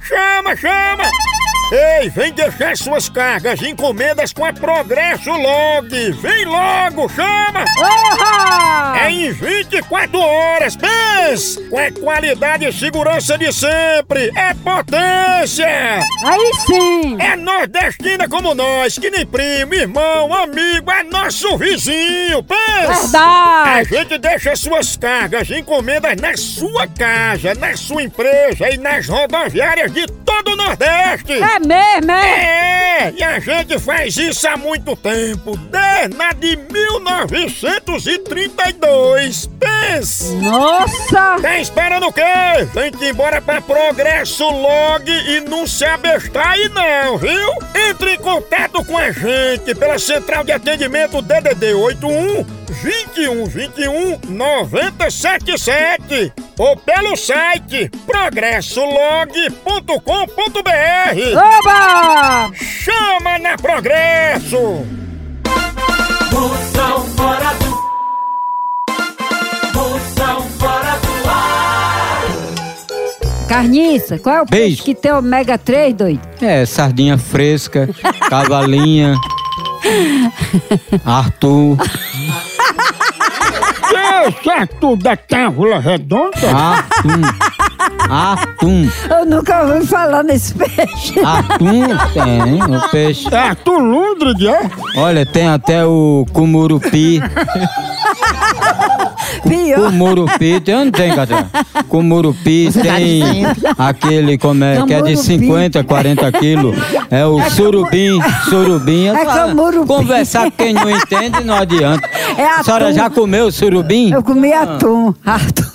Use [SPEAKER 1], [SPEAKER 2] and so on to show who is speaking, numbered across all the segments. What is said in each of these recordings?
[SPEAKER 1] chama, chama! Ei, vem deixar suas cargas e encomendas com a Progresso Log! Vem logo, chama! É em 24 horas, pense! Com a qualidade e segurança de sempre! É potência!
[SPEAKER 2] Aí sim!
[SPEAKER 1] É nordestina como nós, que nem primo, irmão, amigo, é nosso vizinho, pensa! A
[SPEAKER 2] Verdade!
[SPEAKER 1] gente deixa suas cargas e encomendas na sua casa, na sua empresa e nas rodoviárias de todo o Nordeste!
[SPEAKER 2] É mesmo, é?
[SPEAKER 1] É, e a gente faz isso há muito tempo, desde lá de 1932, pensa!
[SPEAKER 2] Nossa!
[SPEAKER 1] Tá esperando o quê? Tem que ir embora pra Progresso Log e não se abestar aí não, viu? Entre em contato com a gente pela central de atendimento DDD 81 21 21 977 ou pelo site progressolog.com.br.
[SPEAKER 2] Oba!
[SPEAKER 1] Chama na Progresso!
[SPEAKER 3] Moção fora do Moção fora do ar
[SPEAKER 2] Carniça, qual é o peixe
[SPEAKER 4] Beijo.
[SPEAKER 2] que tem ômega 3, doido?
[SPEAKER 4] É, sardinha fresca, cavalinha, Arthur,
[SPEAKER 1] Seu certo É da Távola Redonda?
[SPEAKER 4] Atum, Atum,
[SPEAKER 2] Eu nunca ouvi falar nesse peixe.
[SPEAKER 4] Atum tem o peixe.
[SPEAKER 1] É Arthur Lundrig, é?
[SPEAKER 4] Olha, tem até o Cumurupi.
[SPEAKER 2] Pior.
[SPEAKER 4] Cumurupi, tem onde tem, Catarina? Cumurupi,
[SPEAKER 2] tá
[SPEAKER 4] tem aquele como é, que é de
[SPEAKER 2] Camurupi.
[SPEAKER 4] 50, 40 quilos. É o surubim, surubim.
[SPEAKER 2] É camurupi.
[SPEAKER 4] Conversar com quem não entende não adianta.
[SPEAKER 2] É
[SPEAKER 4] a senhora
[SPEAKER 2] atum.
[SPEAKER 4] já comeu surubim?
[SPEAKER 2] Eu comi
[SPEAKER 4] Ah.
[SPEAKER 2] atum, atum.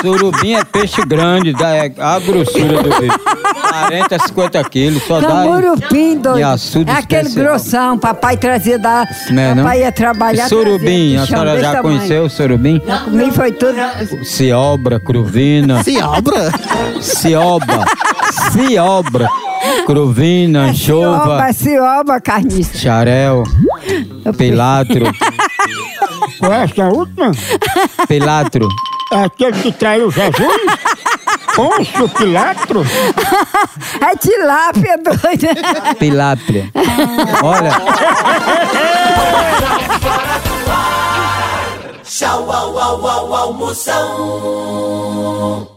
[SPEAKER 4] Surubim é peixe grande, dá é a grossura do peixe. 40, 50 quilos, só dá.
[SPEAKER 2] Camurupim, doido.
[SPEAKER 4] E açude
[SPEAKER 2] é aquele
[SPEAKER 4] especial.
[SPEAKER 2] grossão, papai trazia da...
[SPEAKER 4] Né, não?
[SPEAKER 2] papai ia é trabalhar... trazia um
[SPEAKER 4] Surubim, a
[SPEAKER 2] bichão
[SPEAKER 4] senhora
[SPEAKER 2] desse
[SPEAKER 4] já
[SPEAKER 2] tamanho.
[SPEAKER 4] conheceu o surubim?
[SPEAKER 2] Eu comi foi tudo...
[SPEAKER 4] Ciobra, cruvina. Ciobra? Cioba. Ciobra. Cruvina,
[SPEAKER 2] É, Cioba,
[SPEAKER 4] anchova,
[SPEAKER 2] cioba, carniça.
[SPEAKER 4] xarel,
[SPEAKER 2] Eu-
[SPEAKER 4] pilatro,
[SPEAKER 1] Com essa última?
[SPEAKER 4] pilatro.
[SPEAKER 1] É aquele que traiu Jesus? Pôncio Pilatro?
[SPEAKER 2] É tilápia, doida.
[SPEAKER 4] Pilátria.
[SPEAKER 2] Ah.
[SPEAKER 4] Olha,
[SPEAKER 3] Tchau, au, au, au, au, moção